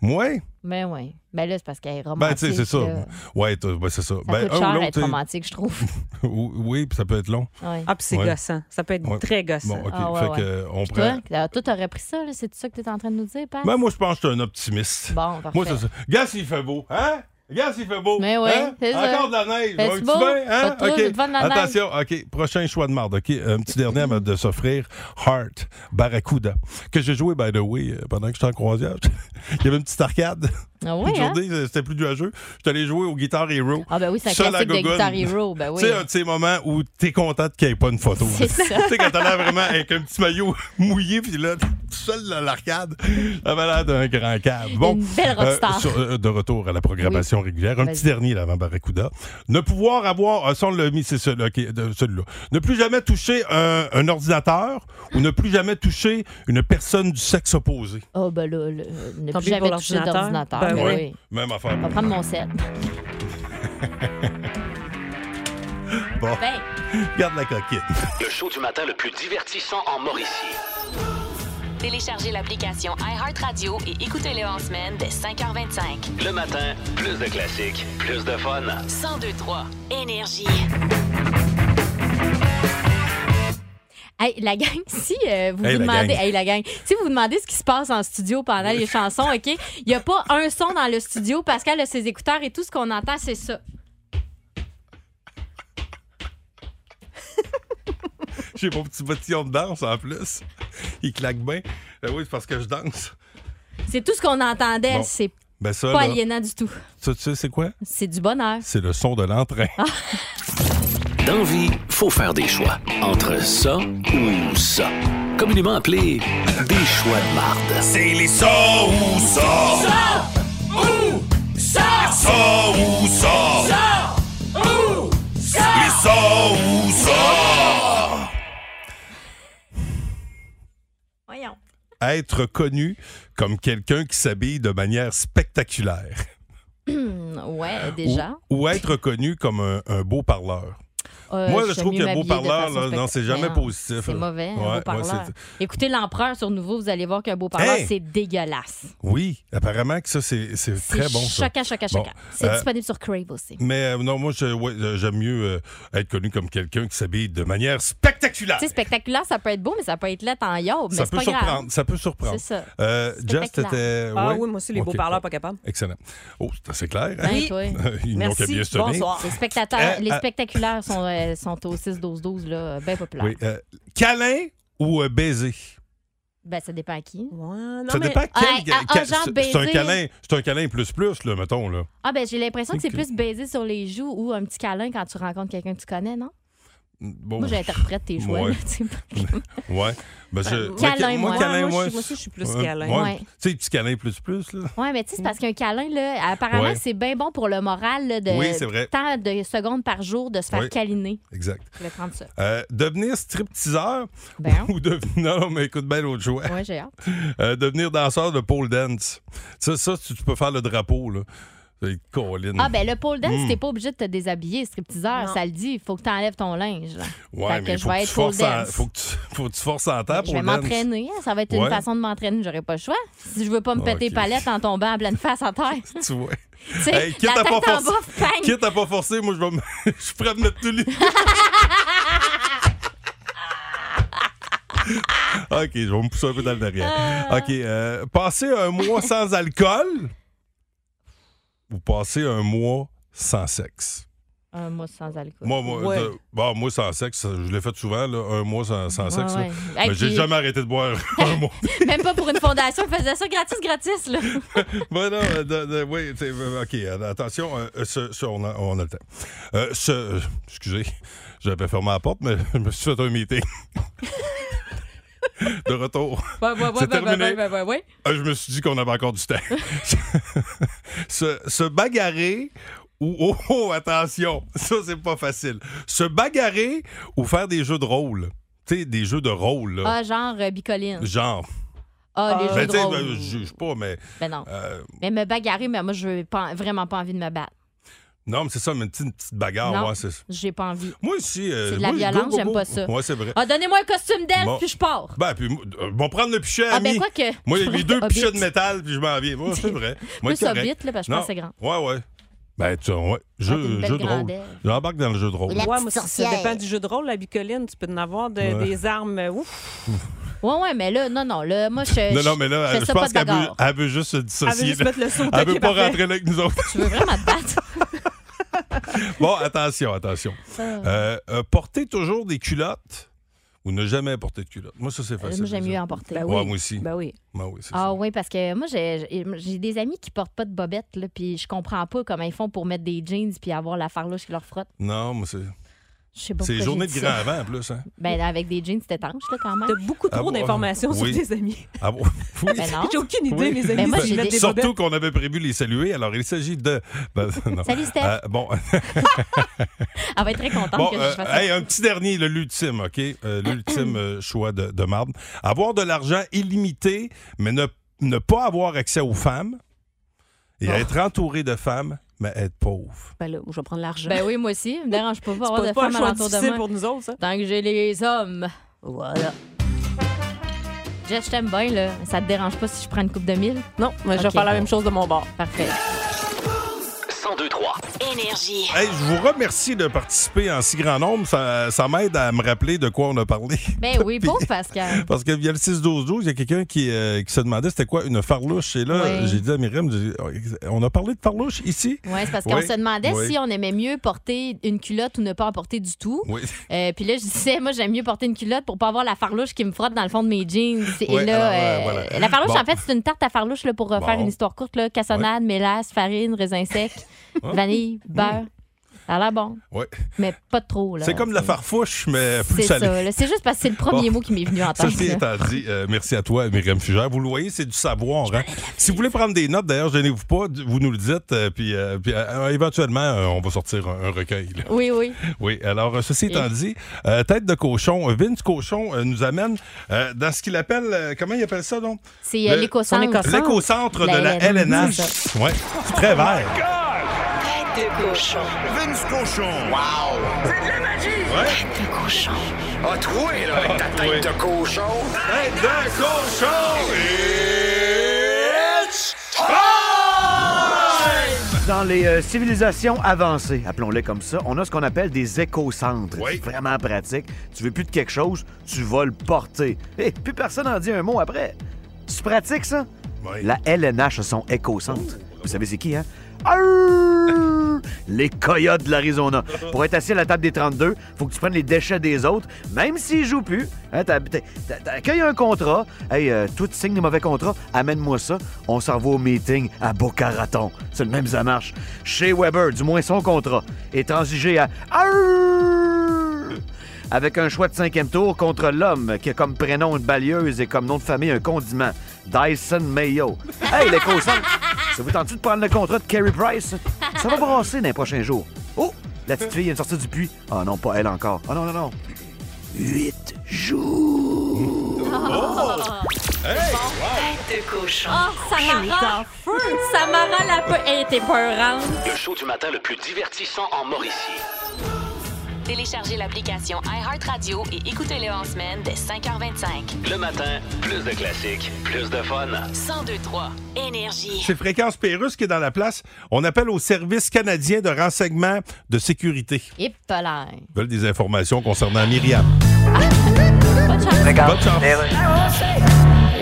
S6: Ouais,
S7: Mais ouais. Ben là, c'est parce qu'elle est
S6: ben
S7: romantique.
S6: tu sais, c'est ça.
S7: là.
S6: Ouais, t'as- ben, c'est ça.
S7: Ça
S6: ben,
S7: coûte cher
S6: l'autre,
S7: être
S6: t'es-
S7: romantique, je trouve.
S6: ou- Oui, puis ça peut être long.
S7: Ouais.
S12: Ah, puis c'est
S6: Ouais.
S12: gossant. Ça peut être
S6: Ouais.
S12: très gossant.
S6: Bon, ok,
S7: Ah, ouais,
S6: fait
S7: ouais.
S6: que euh, on
S7: Puis
S6: prend.
S7: Toi, alors, toi, t'aurais pris ça, là, c'est ça que t'es en train de nous dire, Pat?
S6: Ben, moi, je pense que je suis un optimiste.
S7: Bon, parfait.
S6: Moi, c'est ça. Gars, s'il fait beau, hein? Gars, s'il fait beau.
S7: Mais ouais,
S6: hein?
S7: c'est ça.
S6: Encore de la neige.
S7: Fait-tu
S6: Un petit
S7: beau?
S6: bain, hein?
S7: Pas de trouble,
S6: OK.
S7: j'ai devant de la neige.
S6: Attention, OK. Prochain choix de marde, OK. Un petit dernier avant de s'offrir Heart Barracuda, que j'ai joué, by the way, euh, pendant que j'étais en croisière. Il y avait une petite arcade.
S7: Ah
S6: Une
S7: oui, hein?
S6: journée, euh, c'était plus nuageux. J'étais allé jouer au Guitar Hero.
S7: Ah ben oui, c'est un
S6: Seul à
S7: classique de
S6: Gogonne.
S7: Guitar Hero, ben oui.
S6: Tu sais, un de ces moments où t'es contente qu'il n'y ait pas une photo.
S7: C'est ça.
S6: Tu sais, quand t'as l'air vraiment avec un petit maillot mouillé, puis là, tout seul dans l'arcade, t'avais l'air d'un grand cave. Bon,
S7: Une belle rockstar.
S6: sur- euh, de retour à la programmation régulière, un
S7: Vas-y.
S6: petit dernier là, avant Barracuda. Ne pouvoir avoir, euh, ça on l'a mis, c'est celui-là, ok, de- celui-là. Ne plus jamais toucher un, un ordinateur ou ne plus jamais toucher une personne du sexe opposé.
S7: Oh ben là, là, euh, ne
S12: Tant
S7: plus
S12: pis pour
S7: jamais toucher
S12: l'ordinateur.
S7: d'ordinateur.
S12: Ben
S7: Ben
S12: oui.
S7: oui.
S6: Même affaire.
S7: On va prendre mon set.
S6: Bon,
S7: Ben,
S6: garde la coquine.
S2: Le show du matin le plus divertissant en Mauricie.
S4: Téléchargez l'application iHeartRadio et écoutez-le en semaine dès 5h25.
S2: Le matin, plus de classiques, plus de fun.
S4: 1023 Énergie.
S7: hey, la gang, si euh, vous
S6: Hey,
S7: vous
S6: la
S7: demandez,
S6: gang.
S7: hey, la gang, si vous vous demandez ce qui se passe en studio pendant les chansons, OK, il n'y a pas un son dans le studio. Pascal a ses écouteurs et tout ce qu'on entend, c'est ça.
S6: J'ai mon petit bottillon de danse en plus. Il claque bien. Ben oui, c'est parce que je danse.
S7: C'est tout ce qu'on entendait.
S6: Bon.
S7: C'est
S6: Ben ça,
S7: pas
S6: là,
S7: aliénant du tout.
S6: ça, tu sais, c'est quoi?
S7: C'est du bonheur.
S6: C'est le son de l'entrain.
S5: Dans vie, faut faire des choix. Entre ça ou ça. Communément appelé des choix de marde.
S1: C'est les ça ou ça. Ça ou ça. Ça ou ça. Ça ou ça. Les ça ou ça.
S7: Voyons.
S6: être connu comme quelqu'un qui s'habille de manière spectaculaire
S7: Mm, ouais, déjà.
S6: Euh, ou, ou être connu comme un, un beau parleur?
S7: Euh,
S6: Moi, je
S7: suis
S6: trouve que
S7: mieux m'habiller
S6: beau
S7: de
S6: parleur,
S7: façon
S6: là, non, c'est jamais
S7: spectaculaire.
S6: positif.
S7: C'est
S6: là.
S7: mauvais,
S6: Ouais,
S7: un beau
S6: ouais,
S7: parleur.
S6: c'est-
S7: Écoutez l'empereur sur Nouveau, vous allez voir qu'un beau parleur,
S6: Hey!
S7: c'est dégueulasse.
S6: Oui, apparemment que ça, c'est c'est
S7: C'est
S6: très bon. ça.
S7: Choquant, choquant,
S6: Bon,
S7: choquant. C'est
S6: euh,
S7: disponible sur Crave aussi.
S6: Mais euh, non, moi, je- ouais, euh, j'aime mieux euh, être connu comme quelqu'un qui s'habille de manière spectaculaire.
S7: Tu sais, spectaculaire, ça peut être beau, mais ça peut être laid en yob, mais
S6: ça
S7: c'est
S6: peut
S7: pas
S6: surprendre.
S7: grave.
S6: Ça peut surprendre.
S7: C'est ça.
S6: Euh, Just,
S7: Spectaculaire.
S6: t'étais-
S12: Ah
S6: ouais?
S12: oui, moi aussi, les
S6: Ok.
S12: beaux parleurs, pas capable.
S6: Excellent. Oh, c'est assez clair. hein?
S7: Ben, toi.
S6: Ils n'ont qu'à bien se tenir.
S7: Les, spectateurs,
S6: Euh,
S7: les
S6: euh,
S7: spectaculaires sont, euh, sont au 6-12-12, là, bien populaires.
S6: Oui, euh, câlin ou euh, baiser?
S7: Ben, ça dépend à qui.
S6: ça dépend quel...
S7: Ah, ah,
S6: quel-
S7: genre
S6: c'est- c'est un
S7: baiser.
S6: câlin, c'est un câlin plus plus, là, mettons, là.
S7: Ah, ben, j'ai l'impression que c'est
S6: Ok.
S7: plus baiser sur les joues ou un petit câlin quand tu rencontres quelqu'un que tu connais, non?
S6: Bon,
S7: Moi, j'interprète tes choix.
S6: Ouais.
S7: là, tu sais.
S6: Ouais. Ben, je-
S7: Euh, câlin,
S6: ca-
S7: moi.
S6: câlin,
S7: Ouais, moi,
S6: moi,
S7: je suis- moi aussi, je suis plus
S6: ouais,
S7: câlin.
S6: ouais.
S7: Ouais.
S6: Tu sais, petit câlin plus plus, là.
S7: Ouais, mais tu sais, c'est parce qu'un câlin, là, apparemment,
S6: Mm. Ouais.
S7: c'est bien bon pour le moral là, de
S6: Oui, c'est vrai.
S7: tant de secondes par jour de se faire
S6: Oui.
S7: câliner.
S6: Exact.
S7: Je vais prendre ça.
S6: Euh, devenir stripteaseur
S7: Ben.
S6: ou devenir. Non, non, mais écoute bien l'autre choix.
S7: Ouais, j'ai hâte.
S6: Euh, devenir danseur de pole dance. Ça, ça tu, tu peux faire le drapeau, là. C'est Colin.
S7: Ah, ben le pole dance,
S6: Mm.
S7: t'es pas obligé de te déshabiller, stripteaseur. Ça le dit, il faut que t'enlèves ton linge.
S6: Ouais,
S7: Fait
S6: mais
S7: que
S6: faut
S7: je
S6: que,
S7: vais
S6: tu
S7: être pole
S6: forces en-
S7: dance.
S6: faut, que tu, faut que tu forces en temps
S7: Je
S6: pour
S7: vais
S6: le Ah, dance.
S7: m'entraîner. hein. Ça va être une
S6: Ouais. Ah,
S7: façon de m'entraîner. J'aurai pas le choix. Si je veux pas me péter
S6: Ok.
S7: palette en tombant en pleine face à terre.
S6: Tu vois.
S7: sais, la tête en bas, bang!
S6: quitte à pas forcer, moi, je vais me... je suis prêt à me mettre tout nu. OK, je vais me pousser un peu dans le derrière.
S7: Ah.
S6: OK, euh, passer un mois sans alcool ou passer un mois sans sexe?
S7: Un mois Ah, sans alcool.
S6: Moi, moi, de- bon, moi, sans sexe, je l'ai fait souvent, là, un mois sans, sans
S7: Ouais,
S6: sexe. là.
S7: ouais.
S6: Mais
S7: Hey,
S6: j'ai
S7: puis-
S6: jamais arrêté de boire un mois.
S7: Même pas pour une fondation, ils faisaient ça gratis, gratis. Là.
S6: Bon, non, euh, de- de- oui, t'sais, euh, OK, euh, attention, euh, ce- ce, on, a, on a le temps. Euh, ce- euh, excusez, j'avais fermé la porte, mais je me suis fait un meeting. de retour.
S7: Ouais, ouais, ouais,
S6: C'est
S7: ouais, ouais,
S6: terminé.
S7: ouais, ouais, ouais, ouais.
S6: Euh, Je me suis dit qu'on avait encore du temps. se, se bagarrer ou. Oh, oh, attention, ça, c'est pas facile. Se bagarrer ou faire des jeux de rôle. Tu sais, des jeux de rôle, là.
S7: Ah, genre euh, bicoline.
S6: Genre.
S7: Ah, les
S6: Ben,
S7: jeux de
S6: t'sais,
S7: rôle.
S6: ben, je juge pas, mais.
S7: Ben non.
S6: euh,
S7: Mais me bagarrer, mais moi, je veux pas- vraiment pas envie de me battre.
S6: non, mais c'est ça, mais une petite, une petite bagarre,
S7: non,
S6: ouais, c'est ça.
S7: j'ai pas envie.
S6: Moi aussi. euh,
S7: C'est de la
S6: moi, je-
S7: violence,
S6: go, go,
S7: j'aime
S6: go.
S7: pas ça.
S6: Ouais, c'est vrai.
S7: Ah, donnez-moi un costume d'elfe,
S6: Bon.
S7: puis je pars.
S6: Ben, puis, moi, euh, bon, prendre le pichet,
S7: Ah, ben,
S6: ami.
S7: quoi que-
S6: Moi,
S7: je
S6: les
S7: pourrais
S6: deux
S7: être
S6: pichets de
S7: hobbit.
S6: métal, puis je m'en viens. Ouais, c'est vrai. Moi,
S7: Plus
S6: c'est correct.
S7: hobbit, là, parce que je
S6: Non.
S7: pense que c'est grand. Ah,
S6: Ouais, ouais. Ben, tu ouais.
S7: t'es
S6: Jeu,
S7: une belle
S6: jeu de rôle.
S7: grande elfe.
S6: J'embarque dans le jeu de rôle.
S12: Ouais, moi, ça, ça dépend du jeu de rôle, la bicoline. Tu peux en avoir de-
S6: Ouais.
S12: des armes. euh, Ouf!
S7: Ouais, ouais, mais là, non, non, là, moi, je.
S6: Non, non, mais là,
S7: je fais
S6: je
S7: ça pas
S6: pense
S7: de
S6: qu'elle veut,
S7: bagarre.
S6: elle veut juste se dissocier.
S12: Elle veut juste
S6: là.
S12: mettre le saut,
S6: Elle
S12: ok,
S6: veut pas
S12: parfait.
S6: rentrer là avec nous autres.
S7: Tu veux vraiment te
S6: Ah,
S7: battre?
S6: bon, attention, attention.
S7: Ah.
S6: Euh, euh, porter toujours des culottes ou ne jamais porter de culottes. Moi, ça, c'est
S7: Euh,
S6: facile.
S7: Moi, j'aime
S6: ça.
S7: mieux emporter.
S6: Ouais, moi aussi.
S12: Ben oui.
S6: Ben oui, c'est
S7: Ah oui, parce que moi, j'ai j'ai- j'ai des amis qui portent pas de bobettes, là, puis je comprends pas comment ils font pour mettre des jeans puis avoir la farlouche qui leur frotte.
S6: Non, moi, c'est.
S7: Je sais pas
S6: C'est
S7: pourquoi
S6: journée
S7: j'ai dit
S6: de grand
S7: ça.
S6: avant, en plus. Hein?
S7: Ben, avec des jeans, c'est étanche, là, quand même.
S12: T'as beaucoup
S6: Ah, bon,
S12: trop d'informations
S6: oui.
S12: sur tes amis.
S6: Ah bon? Oui.
S7: Ben non.
S12: J'ai aucune idée,
S6: Oui.
S12: mes
S7: Ben
S12: amis.
S7: moi,
S12: s'ils
S7: j'ai des-
S12: mettent des bobettes.
S6: Surtout qu'on avait prévu les saluer, alors il s'agit de. ben, non.
S7: Salut, Steph.
S6: Euh, bon,
S7: Elle va être très contente
S6: bon
S7: que
S6: euh,
S7: je fasse
S6: hey, un petit dernier, le l'ultime, OK? Euh, l'ultime euh, choix de, de marbre. Avoir de l'argent illimité, mais ne, ne pas avoir accès aux femmes.
S7: Oh.
S6: Et être entouré de femmes, mais être pauvre.
S12: Ben là, je vais prendre l'argent.
S7: ça. Ben oui, moi aussi, me dérange pas, pas
S12: C'est
S7: avoir
S12: pas-
S7: de
S12: pas un
S7: femmes
S12: choix
S7: alentour de
S12: difficile
S7: moi.
S12: pour nous autres, ça.
S7: Tant que j'ai les hommes.
S12: Voilà.
S7: Jess, je t'aime bien, là. Ça te dérange pas si je prends une coupe de mille?
S12: Non, mais je vais
S7: Ok.
S12: faire la même chose de mon bord.
S7: Parfait.
S2: 1023
S4: Énergie.
S6: Hey, je vous remercie de participer en si grand nombre. Ça, ça m'aide à me rappeler de quoi on a parlé.
S7: Ben oui, pauvre Pascal.
S6: Parce que via le 6-12-12, il y a quelqu'un qui, euh, qui se demandait c'était quoi une farlouche. Et là,
S7: Ouais.
S6: j'ai dit à Myriam, j'ai dit, oh, on a parlé de farlouche ici?
S7: Oui, c'est parce qu'on
S6: Oui,
S7: se demandait
S6: oui.
S7: si on aimait mieux porter une culotte ou ne pas en porter du tout.
S6: Oui.
S7: Euh, puis là, je disais, moi, j'aime mieux porter une culotte pour pas avoir la farlouche qui me frotte dans le fond de mes jeans. Et
S6: Ouais,
S7: là,
S6: alors,
S7: euh,
S6: ouais, voilà.
S7: la farlouche,
S6: Bon.
S7: en fait, c'est une tarte à farlouche là, pour euh,
S6: Bon.
S7: faire une histoire courte. Là. Cassonade, mélasse, farine, raisin sec, vanille, beurre. Ça a l'air bon,
S6: Ouais.
S7: mais pas trop. là.
S6: C'est comme de la farfouche, mais plus
S7: C'est
S6: salée.
S7: ça. là. C'est juste parce que c'est le premier
S6: Bon.
S7: mot qui m'est venu en tête.
S6: Ceci
S7: là.
S6: étant dit, euh, merci à toi, Myriam Fugère. Vous le voyez, c'est du savoir. hein. Si vous voulez prendre des notes, d'ailleurs, gênez-vous pas, d- vous nous le dites, euh, puis, euh, puis, euh, éventuellement, euh, on va sortir un, un recueil. là.
S7: Oui, oui.
S6: Oui, alors euh, ceci étant dit, euh, tête de cochon, euh, Vince Cochon euh, nous amène euh, dans ce qu'il appelle, euh, comment il appelle ça donc?
S7: C'est, euh,
S6: Le-
S7: l'éco-centre. Son éco-centre.
S6: L'éco-centre de
S7: La
S6: la
S7: LNH.
S6: LNH. Oui, c'est très vert.
S2: Tête de cochon. Vince cochon. Wow. C'est de la magie. Tête de cochon. Ah, troué, là, avec ta tête de cochon. Tête de cochon. It's
S13: Dans les euh, civilisations avancées, appelons-les comme ça, on a ce qu'on appelle des éco-centres. C'est vraiment pratique. Tu veux plus de quelque chose, tu vas le porter. Et puis personne n'en dit un mot après. C'est pratique, ça? La LNH a son éco-centre. Vous savez c'est qui, hein? Arrrr! Les coyotes de l'Arizona. Pour être assis à la table des 32, faut que tu prennes les déchets des autres, même s'ils jouent plus. Hein, t'as- t'as- t'as- T'accueilles un contrat. Hey, euh, toi, tu signes des mauvais contrats, amène-moi ça. On s'en va au meeting à Boca Raton. C'est le même, ça marche. Chez Weber, du moins son contrat, est transigé à Arrrr! avec un choix de cinquième tour contre l'homme qui a comme prénom une balieuse et comme nom de famille un condiment, Dyson Mayo. Hey, les cossins, ça vous tente de prendre le contrat de Carey Price? Ça va brasser dans les prochains jours. Oh, la petite fille vient de sortir du puits. Ah non, pas elle encore. Ah non, non, non. Huit
S2: Tête de cochon.
S7: Oh, Samara! Samara la peu. Hey, t'es peurante.
S2: Le show du matin le plus divertissant en Mauricie.
S4: Téléchargez l'application iHeartRadio et écoutez-le en semaine dès 5h25.
S2: Le matin, plus de classiques, plus de fun.
S4: 1023 Énergie.
S6: C'est Fréquence Pérusse qui est dans la place. On appelle au Service canadien de renseignement de sécurité.
S7: Hip là.
S6: Ils veulent des informations concernant Myriam. Bonne chance.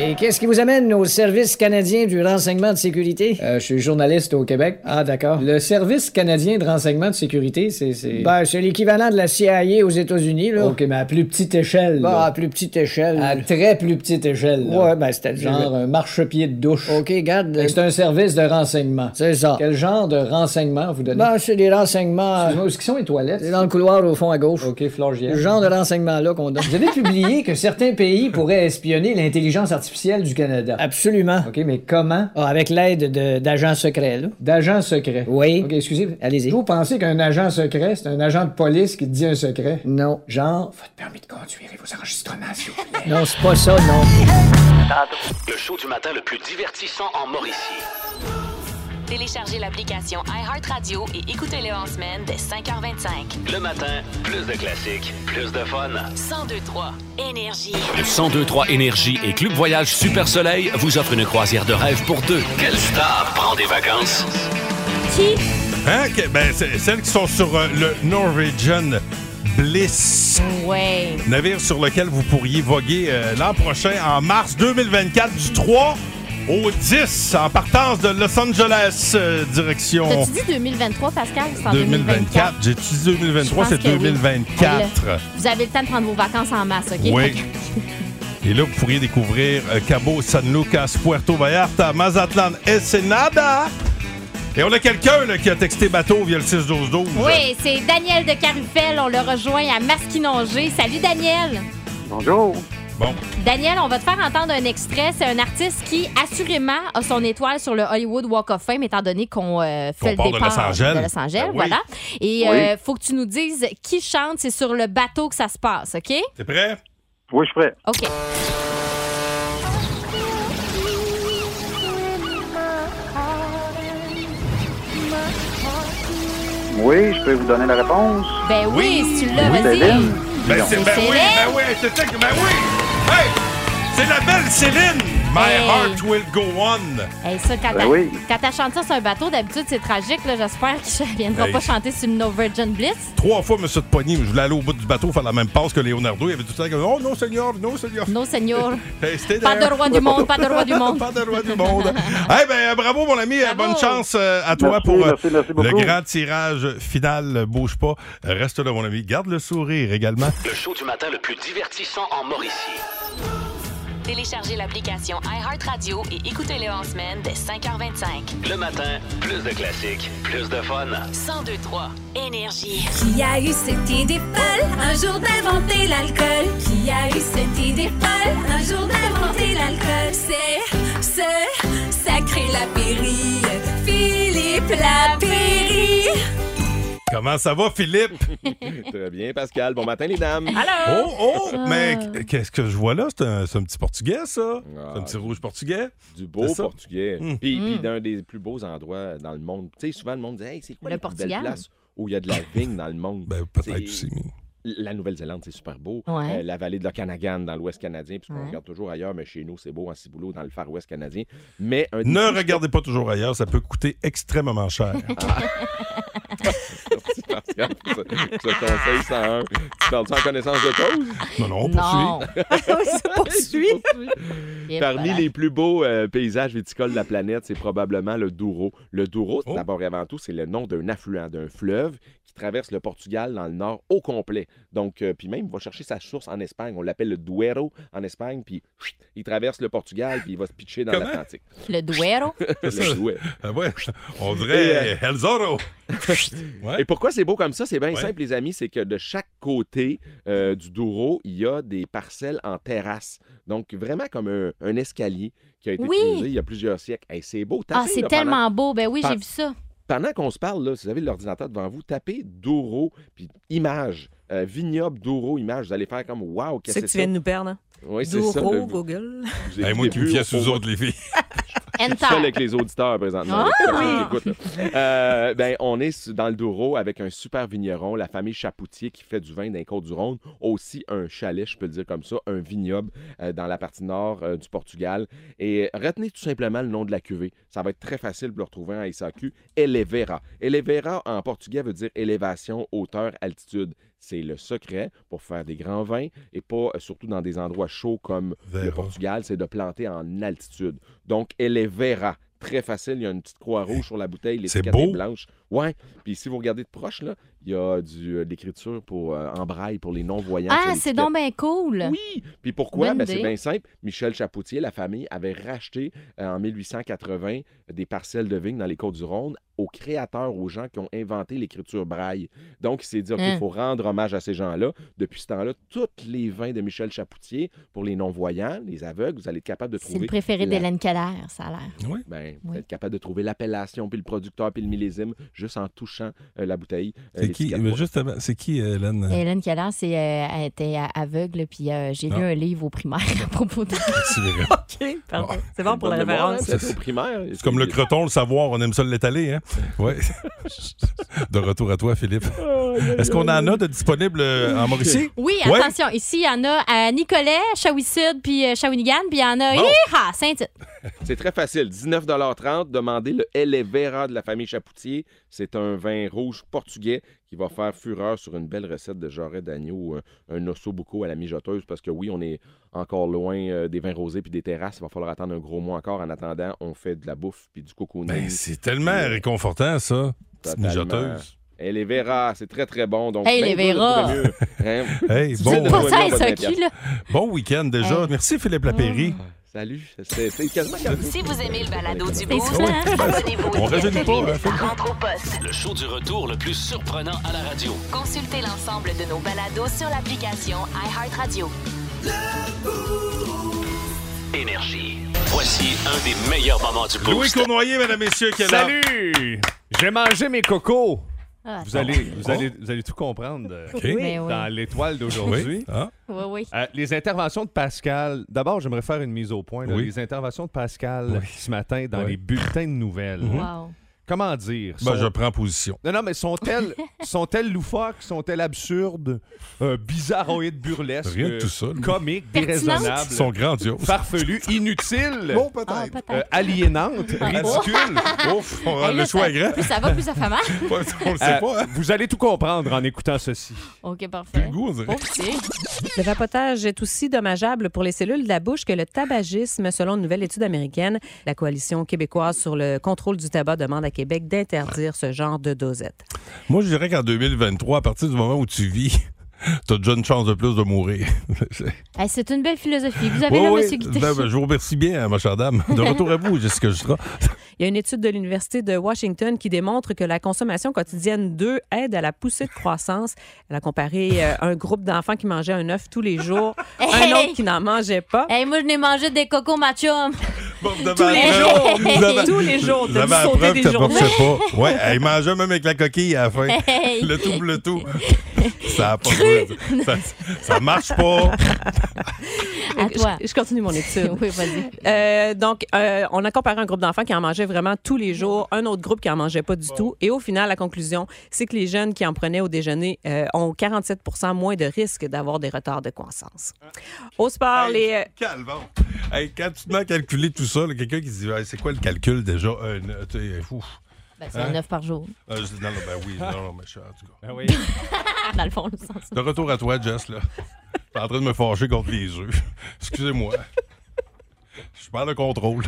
S8: Et qu'est-ce qui vous amène au Service canadien du renseignement de sécurité? Euh, je suis journaliste au Québec. Ah, d'accord. Le Service canadien de renseignement de sécurité, c'est. Ben, c'est l'équivalent de la CIA aux États-Unis, là. OK, mais à plus petite échelle. Bah, à plus petite échelle. À très plus petite échelle. Ouais, ben, c'est-à-dire.
S10: Genre
S8: un marchepied de douche. OK, garde. C'est un service de renseignement. C'est ça. Quel genre de renseignement vous donnez? Ben, c'est des renseignements. Excuse-moi, où est-ce qu'ils sont les toilettes? C'est dans le couloir au fond à gauche. OK,
S10: Florgienne.
S8: Le genre de renseignement-là qu'on donne. Vous avez publié que certains pays pourraient espionner l'intelligence artificielle du Canada. Absolument. OK, mais comment? avec l'aide d'agents secrets, là. D'agents secrets? Oui. OK, excusez. Allez-y. Vous pensez qu'un agent secret, c'est un agent de police qui te dit un secret? Non. Genre... Votre permis de conduire et vos enregistrements, s'il vous plaît. Non, c'est pas ça, non.
S2: Le show du matin le plus divertissant en Mauricie.
S4: Téléchargez l'application iHeartRadio et écoutez-le en semaine dès 5h25.
S2: Le matin, plus de classiques, plus de fun.
S4: 1023 Énergie.
S5: Le 1023 Énergie et Club Voyage Super Soleil vous offre une croisière de rêve pour deux.
S2: Quelle star prend des vacances?
S7: Qui?
S6: Hein? que- ben, c'est- celles qui sont sur euh, le Norwegian Bliss.
S7: Ouais.
S6: Navire sur lequel vous pourriez voguer euh, l'an prochain, en mars 2024, du 3 au 10, en partance de Los Angeles, euh, direction
S7: T'as-tu dit 2023, Pascal? C'est en
S6: 2024.
S7: 2024.
S6: J'ai dit 2023,
S7: Je
S6: c'est
S7: pense que oui.
S6: 2024.
S7: Allez, Vous avez le temps de prendre vos vacances en masse, OK?
S6: Oui. Et là, vous pourriez découvrir euh, Cabo San Lucas, Puerto Vallarta, Mazatlan, Ensenada. Et on a quelqu'un là, qui a texté bateau via le 6-12-12.
S7: Oui, c'est Daniel de Carufel. On le rejoint à Masquinongé. Salut, Daniel.
S6: Bonjour. Bon.
S7: Daniel, on va te faire entendre un extrait. C'est un artiste qui, assurément, a son étoile sur le Hollywood Walk of Fame, étant donné qu'on euh,
S6: Qu'on
S7: fait le
S6: part de
S7: départ
S6: Los Angeles.
S7: de Los Angeles,
S6: Ben oui.
S7: voilà. Et il
S6: Oui.
S7: faut que tu nous dises qui chante. C'est sur le bateau que ça se passe, OK?
S6: T'es prêt? Oui, je suis prêt.
S7: OK.
S1: Oui, je peux vous donner la réponse.
S7: Ben oui, si tu l'as,
S1: Oui,
S7: vas-y.
S1: Céline.
S6: Ben, c'est, ben oui, ben oui, c'est ça que- ben oui! Hey! C'est la belle Céline! My
S7: Hey.
S6: heart will go on!
S7: Hey, ça, quand
S6: Ben
S7: t'as-
S6: oui.
S7: quand t'as chanté ça sur un bateau, d'habitude, c'est tragique. là. J'espère qu'ils ne viendront
S6: Hey.
S7: pas chanter sur une No Virgin Bliss.
S6: Trois fois, je me suis pogné, je voulais aller au bout du bateau faire la même passe que Leonardo. Il avait tout le temps comme Oh non, Seigneur, non, Seigneur.
S7: Non, Seigneur.
S6: Hey, c'était
S7: Pas
S6: d'ailleurs-
S7: de roi du monde, pas de roi du monde.
S6: pas de roi du monde. Eh ben, bravo, mon ami. Bonne chance euh, à toi pour euh, le grand tirage final. Bouge pas. Reste là, mon ami. Garde le sourire également.
S2: Le show du matin le plus divertissant en Mauricie.
S4: Téléchargez l'application iHeartRadio et écoutez-le en semaine dès 5h25.
S5: Le matin, plus de classiques, plus de fun.
S4: 1023 Énergie.
S14: Qui a eu cette idée folle un jour d'inventer l'alcool? Qui a eu cette idée folle un jour d'inventer l'alcool? C'est ce sacré Lapéry, Philippe Lapéry.
S6: Comment ça va, Philippe?
S15: Très bien, Pascal. Bon matin, les dames.
S7: Ah.
S6: Allô? Oh, oh! Mais qu'est-ce que je vois là? C'est un, c'est un petit portugais, ça? C'est un petit rouge portugais?
S15: Du beau
S6: C'est ça?
S15: portugais.
S6: Mm.
S15: Puis, puis
S7: Mmh.
S6: Mm.
S15: d'un des plus beaux endroits dans le monde. Tu sais, souvent, le monde dit Hey, c'est quoi
S7: Le
S15: la plus belle
S7: Portugal?
S15: place où il y a de la vigne dans le monde?
S6: Ben, peut-être aussi,
S15: La Nouvelle-Zélande, c'est super beau.
S7: Ouais.
S15: Euh, la vallée de l'Okanagan dans l'Ouest canadien, puisqu'on
S7: Ouais.
S15: regarde toujours ailleurs, mais chez nous, c'est beau en Ciboulot, dans le Far West canadien. Mais un des
S6: Ne
S15: plus-
S6: regardez pas toujours ailleurs, ça peut coûter extrêmement cher. Ah.
S15: Pascal, ce, ce conseil 101. Tu parles en connaissance de cause?
S6: Non, non,
S15: Non.
S2: ça poursuit.
S15: Parmi les plus beaux euh, paysages viticoles de la planète, c'est probablement le Douro. Le Douro, c'est d'abord et avant tout, c'est le nom d'un affluent, d'un fleuve qui traverse le Portugal dans le nord au complet. Donc, euh, puis même, il va chercher sa source en Espagne. On l'appelle le Duero en Espagne, puis chut, il traverse le Portugal, puis il va se pitcher dans
S7: Comment?
S15: l'Atlantique.
S7: Le duero.
S15: Le Duero.
S6: Ah ouais, on dirait El Zorro.
S15: Et pourquoi c'est beau comme ça? C'est bien
S6: Ouais.
S15: simple, les amis. C'est que de chaque côté euh, du Douro, il y a des parcelles en terrasse. Donc, vraiment comme un, un escalier qui a été
S7: Oui.
S15: utilisé il y a plusieurs siècles. Hey, c'est beau.
S7: Ah,
S15: Tapez,
S7: c'est
S15: là,
S7: tellement
S15: pendant-
S7: beau. Ben oui,
S15: Par-
S7: j'ai vu ça.
S15: Pendant qu'on se parle, là, si vous avez l'ordinateur devant vous, tapez Douro, puis image, euh, vignoble Douro, image. Vous allez faire comme « Wow,
S12: Tu
S15: qu'est-ce
S12: sais
S15: que
S12: que
S15: c'est
S12: tu viens de nous perdre, hein?
S15: Oui, c'est
S12: Doro,
S15: ça, le-
S12: Google.
S15: Hey,
S6: moi qui me fie à sous autres, les filles.
S15: Seul avec les auditeurs présentement.
S7: Hein?
S6: Ah!
S15: Personne qui écoute, là. Euh, ben, on est su- dans le Douro avec un super vigneron, la famille Chapoutier qui fait du vin dans les Côtes-du-Rhône. Aussi un chalet, je peux le dire comme ça, un vignoble euh, dans la partie nord euh, du Portugal. Et retenez tout simplement le nom de la cuvée. Ça va être très facile de le retrouver en SAQ. Elevera. Elevera en portugais veut dire élévation, hauteur, altitude. C'est le secret hein, pour faire des grands vins et pas euh, surtout dans des endroits chauds comme le Portugal, c'est de planter en altitude. Donc, elle est vera. Très facile, il y a une petite croix rouge sur la bouteille, l'étiquette
S6: beau.
S15: est blanche. Ouais. Puis si vous regardez de proche, là, il y a du, euh, de l'écriture pour, euh, en braille pour les non-voyants. sur
S7: Ah, c'est
S15: l'étiquette.
S7: donc bien cool.
S15: Oui. Puis pourquoi?
S7: Bonne
S15: Ben, c'est
S7: idée.
S15: bien simple. Michel Chapoutier, la famille, avait racheté euh, en 1880 des parcelles de vignes dans les Côtes-du-Rhône aux créateurs, aux gens qui ont inventé l'écriture braille. Donc, il s'est dit, OK, il
S16: Hein.
S15: faut rendre hommage à ces gens-là. Depuis ce temps-là, toutes les vins de Michel Chapoutier, pour les non-voyants, les aveugles, vous allez être capable de
S7: C'est
S15: trouver...
S7: le préféré
S15: la-
S7: d'Hélène Keller, ça a l'air.
S15: ben, vous êtes capable de trouver l'appellation, puis le producteur, puis le millésime, juste en touchant euh, la bouteille. euh,
S6: C'est qui,
S15: l'étiquette.
S6: mais juste avant, c'est qui, euh, Hélène?
S7: Hélène Keller, c'est, euh, elle était euh, aveugle, puis euh, j'ai lu
S6: Ah.
S7: un livre au primaire à propos de.
S6: C'est vrai.
S12: OK, pardon. C'est bon pour la
S15: Bonne mémoire,
S12: référence.
S15: hein, peut-être au primaire.
S6: C'est comme le croton, le savoir, on aime ça l'étaler, hein? Ouais. De retour à toi, Philippe. Est-ce qu'on en a de disponible euh, en Mauricie?
S7: Oui,
S6: Ouais.
S7: attention, ici, il y en a à Nicolet, Shawisud, puis euh, Shawinigan, puis il y en a
S15: Bon.
S7: Hiha, Saint-Tite.
S15: C'est très facile. 19,30 Demandez le Elevera de la famille Chapoutier. C'est un vin rouge portugais qui va faire fureur sur une belle recette de jarret d'agneau, un, un osso bucco à la mijoteuse, parce que oui, on est encore loin euh, des vins rosés puis des terrasses. Il va falloir attendre un gros mois encore. En attendant, on fait de la bouffe puis du cocooning.
S6: Ben, c'est tellement réconfortant, ça. Petite
S15: Totalement.
S6: mijoteuse.
S15: Elevera, c'est très, très bon. Donc,
S7: Hey,
S15: ben,
S7: Elevera!
S15: vous, vous trouvez mieux. Hein?
S6: Hey,
S15: Tu
S6: bon, ben,
S15: sais, vous
S6: Pas
S15: trouvez
S6: ça,
S15: mieux,
S6: ça
S15: bonne
S6: qui,
S15: bière.
S7: là?
S6: Bon week-end déjà. Merci, Philippe Lapéry.
S15: Salut. C'est c'est quasiment comme
S4: Si vous aimez le balado du Boost,
S5: soufflant, hein?
S4: abonnez-vous
S5: On
S4: aussi à
S5: rajeunit
S4: celui
S5: pas, hein,
S4: de
S5: faut
S4: Sa rentre au poste.
S5: Le show du retour le plus surprenant à la radio.
S4: Consultez l'ensemble de nos balados sur l'application iHeartRadio.
S5: Énergie. Voici un des meilleurs moments du
S6: Louis
S5: boost.
S6: Cournoyer, mesdames, messieurs, qui est là.
S17: Salut! J'ai mangé mes cocos.
S7: Ah,
S17: Vous
S7: attends.
S17: allez, vous,
S6: Oh.
S17: allez, vous allez tout comprendre euh,
S6: OK. Ben oui.
S17: dans l'étoile d'aujourd'hui.
S6: Oui. Ah.
S7: Oui, oui.
S17: Euh, les interventions de Pascal. D'abord, j'aimerais faire une mise au point. là.
S6: Oui.
S17: Les interventions de Pascal
S6: Oui.
S17: ce matin dans
S6: Oui.
S17: les bulletins de nouvelles.
S6: Mhm.
S7: Wow.
S17: Comment dire?
S6: Ben,
S17: Sont-
S6: je prends position.
S17: Non, non, mais sont-elles sont-elles loufoques, sont-elles absurdes, euh, bizarroïdes, burlesques,
S6: Rien de tout ça,
S17: euh,
S6: là.
S17: comiques,
S6: Pertinentes.
S17: déraisonnables,
S6: Ils sont grandioses.
S17: farfelues, inutiles,
S6: Bon, peut-être. Ah, peut-être.
S17: euh, aliénantes,
S6: Ah.
S17: ridicules.
S6: Ouf, on rend Hey, là, Ah, le choix ça- est grand.
S7: Plus oh. ça va, plus ça fait mal.
S6: on le sait
S17: Euh,
S6: pas, hein?
S17: Vous allez tout comprendre en écoutant ceci.
S7: OK, parfait.
S6: Oh.
S12: Le vapotage est aussi dommageable pour les cellules de la bouche que le tabagisme, selon une nouvelle étude américaine. La coalition québécoise sur le contrôle du tabac demande à Québec d'interdire ce genre de dosette.
S6: Moi, je dirais qu'en 2023, à partir du moment où tu vis T'as déjà une chance de plus de mourir.
S7: Eh, C'est une belle philosophie. Vous avez
S6: Oui,
S7: là,
S6: oui.
S7: monsieur Guité.
S6: Ben, ben, je vous remercie bien, ma chère dame. De retour à vous, Jessica Justra.
S12: Il y a une étude de l'Université de Washington qui démontre que la consommation quotidienne d'œufs aide à la poussée de croissance. Elle a comparé euh, un groupe d'enfants qui mangeaient un œuf tous les jours,
S7: Hey!
S12: un autre qui n'en mangeait pas.
S7: Hey, moi, je n'ai mangé des cocos machum.
S6: Tous
S12: les jours, mais tous les jours,
S6: Vous
S12: t'as
S6: avez
S12: dû
S6: la
S12: sauter
S6: preuve
S12: des
S6: que t'apportes
S12: journées.
S6: pas. Ouais, elle mangeait même avec la coquille à la fin.
S12: Hey!
S6: Le tout, le tout. Ça a pas de- ça, ça marche pas.
S12: Euh, je- Je, continue mon étude.
S7: Oui, vas-y.
S12: Euh, donc, euh, on a comparé un groupe d'enfants qui en mangeait vraiment tous les jours, un autre groupe qui en mangeait pas du tout. Et au final, la conclusion, c'est que les jeunes qui en prenaient au déjeuner euh, ont 47 moins de risque d'avoir des retards de croissance. Au sport, les.
S6: Calvon. Hey, quand tu te mets à calculer tout ça, là, quelqu'un qui se dit Hey, c'est quoi le calcul déjà Euh, ne- tu sais, ouf.
S7: Ben, c'est un œuf par jour.
S6: Euh, je dis, non, non, ben oui, non, non, mais je suis en tout cas.
S7: Dans le fond, le sens.
S6: De retour à toi, Jess, là. T'es en train de me fâcher contre les œufs. Excusez-moi. Je perds le contrôle.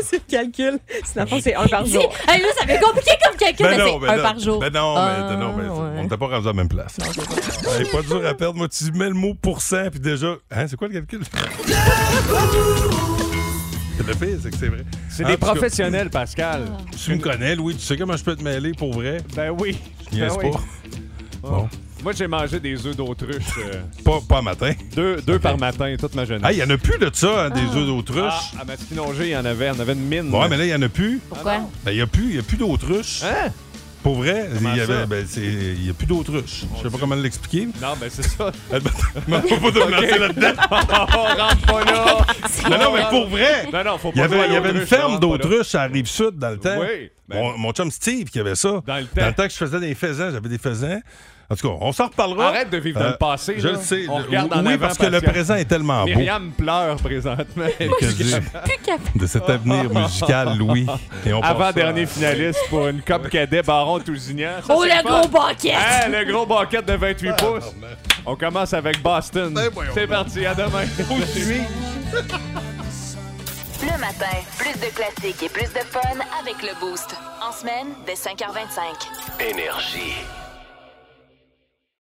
S12: c'est le calcul. Sinon, c'est un par jour.
S7: Hey, là, ça fait compliqué comme calcul, mais c'est
S6: ben
S7: un
S6: non.
S7: par jour.
S6: Ben non, mais,
S7: Ah,
S6: ben non, mais
S7: ouais.
S6: on n'était pas rendu à la même place. Hey, pas dur à perdre. Moi, tu mets le mot pourcent, puis déjà. Hein, c'est quoi le calcul? Le pire, c'est que c'est vrai. Ah,
S16: C'est
S6: En
S16: des
S6: tout cas,
S16: professionnels, Pascal.
S6: Tu me connais, Louis, tu sais comment je peux te mêler pour vrai?
S16: Ben oui.
S6: Je niaise
S16: Ben oui.
S6: pas.
S16: Bon. Moi, j'ai mangé des œufs d'autruche. euh,
S6: Pas, pas matin.
S16: deux deux par matin, toute ma jeunesse.
S6: Hey, il n'y en a plus de ça, hein, des œufs d'autruche.
S16: Ah, à Masquinongé, il y en avait. On avait une mine. Ah
S6: Ouais, mais là, il n'y en a plus.
S7: Pourquoi?
S6: Ben, il n'y a plus, il y a plus d'autruche.
S16: Hein?
S6: Pour vrai, il ben,
S16: Comment
S6: n'y
S16: ça?
S6: a plus d'autruche. Je sais pas comment l'expliquer.
S16: Non, ben c'est ça.
S6: Mais on va pas te lancer là-dedans.
S16: on rentre pas là.
S6: Non, non, mais pour vrai.
S16: Non, non, faut pas
S6: Il y avait,
S16: jouer à
S6: il y avait une
S16: l'autruche,
S6: ferme
S16: on rentre pas là.
S6: d'autruche à Rive-Sud dans le temps.
S16: Oui, ben-
S6: mon, mon chum Steve qui avait ça. Dans le temps. que je faisais des faisans, j'avais des faisans. En tout cas, on s'en reparlera. Euh,
S16: Arrête de vivre dans le passé.
S6: Je
S16: là.
S6: le sais.
S16: On
S6: Le-
S16: regarde
S6: oui,
S16: en avant,
S6: parce que le
S16: Pascal.
S6: présent est tellement beau.
S16: Myriam pleure présentement.
S6: Que j'ai- de cet avenir musical, Louis. Et on pense ça.
S16: Avant-dernier finaliste pour une Coupe Cadet Baron Tousignan. Ça,
S7: Oh,
S16: c'est
S7: le
S16: fun.
S7: gros bucket!
S16: Hein, le gros bucket de 28
S6: Ah,
S16: pouces. On commence avec Boston.
S6: Ben,
S16: C'est parti, à demain.
S4: Le matin, plus de classiques et plus de fun avec le Boost. En semaine, dès 5h25.
S5: Énergie.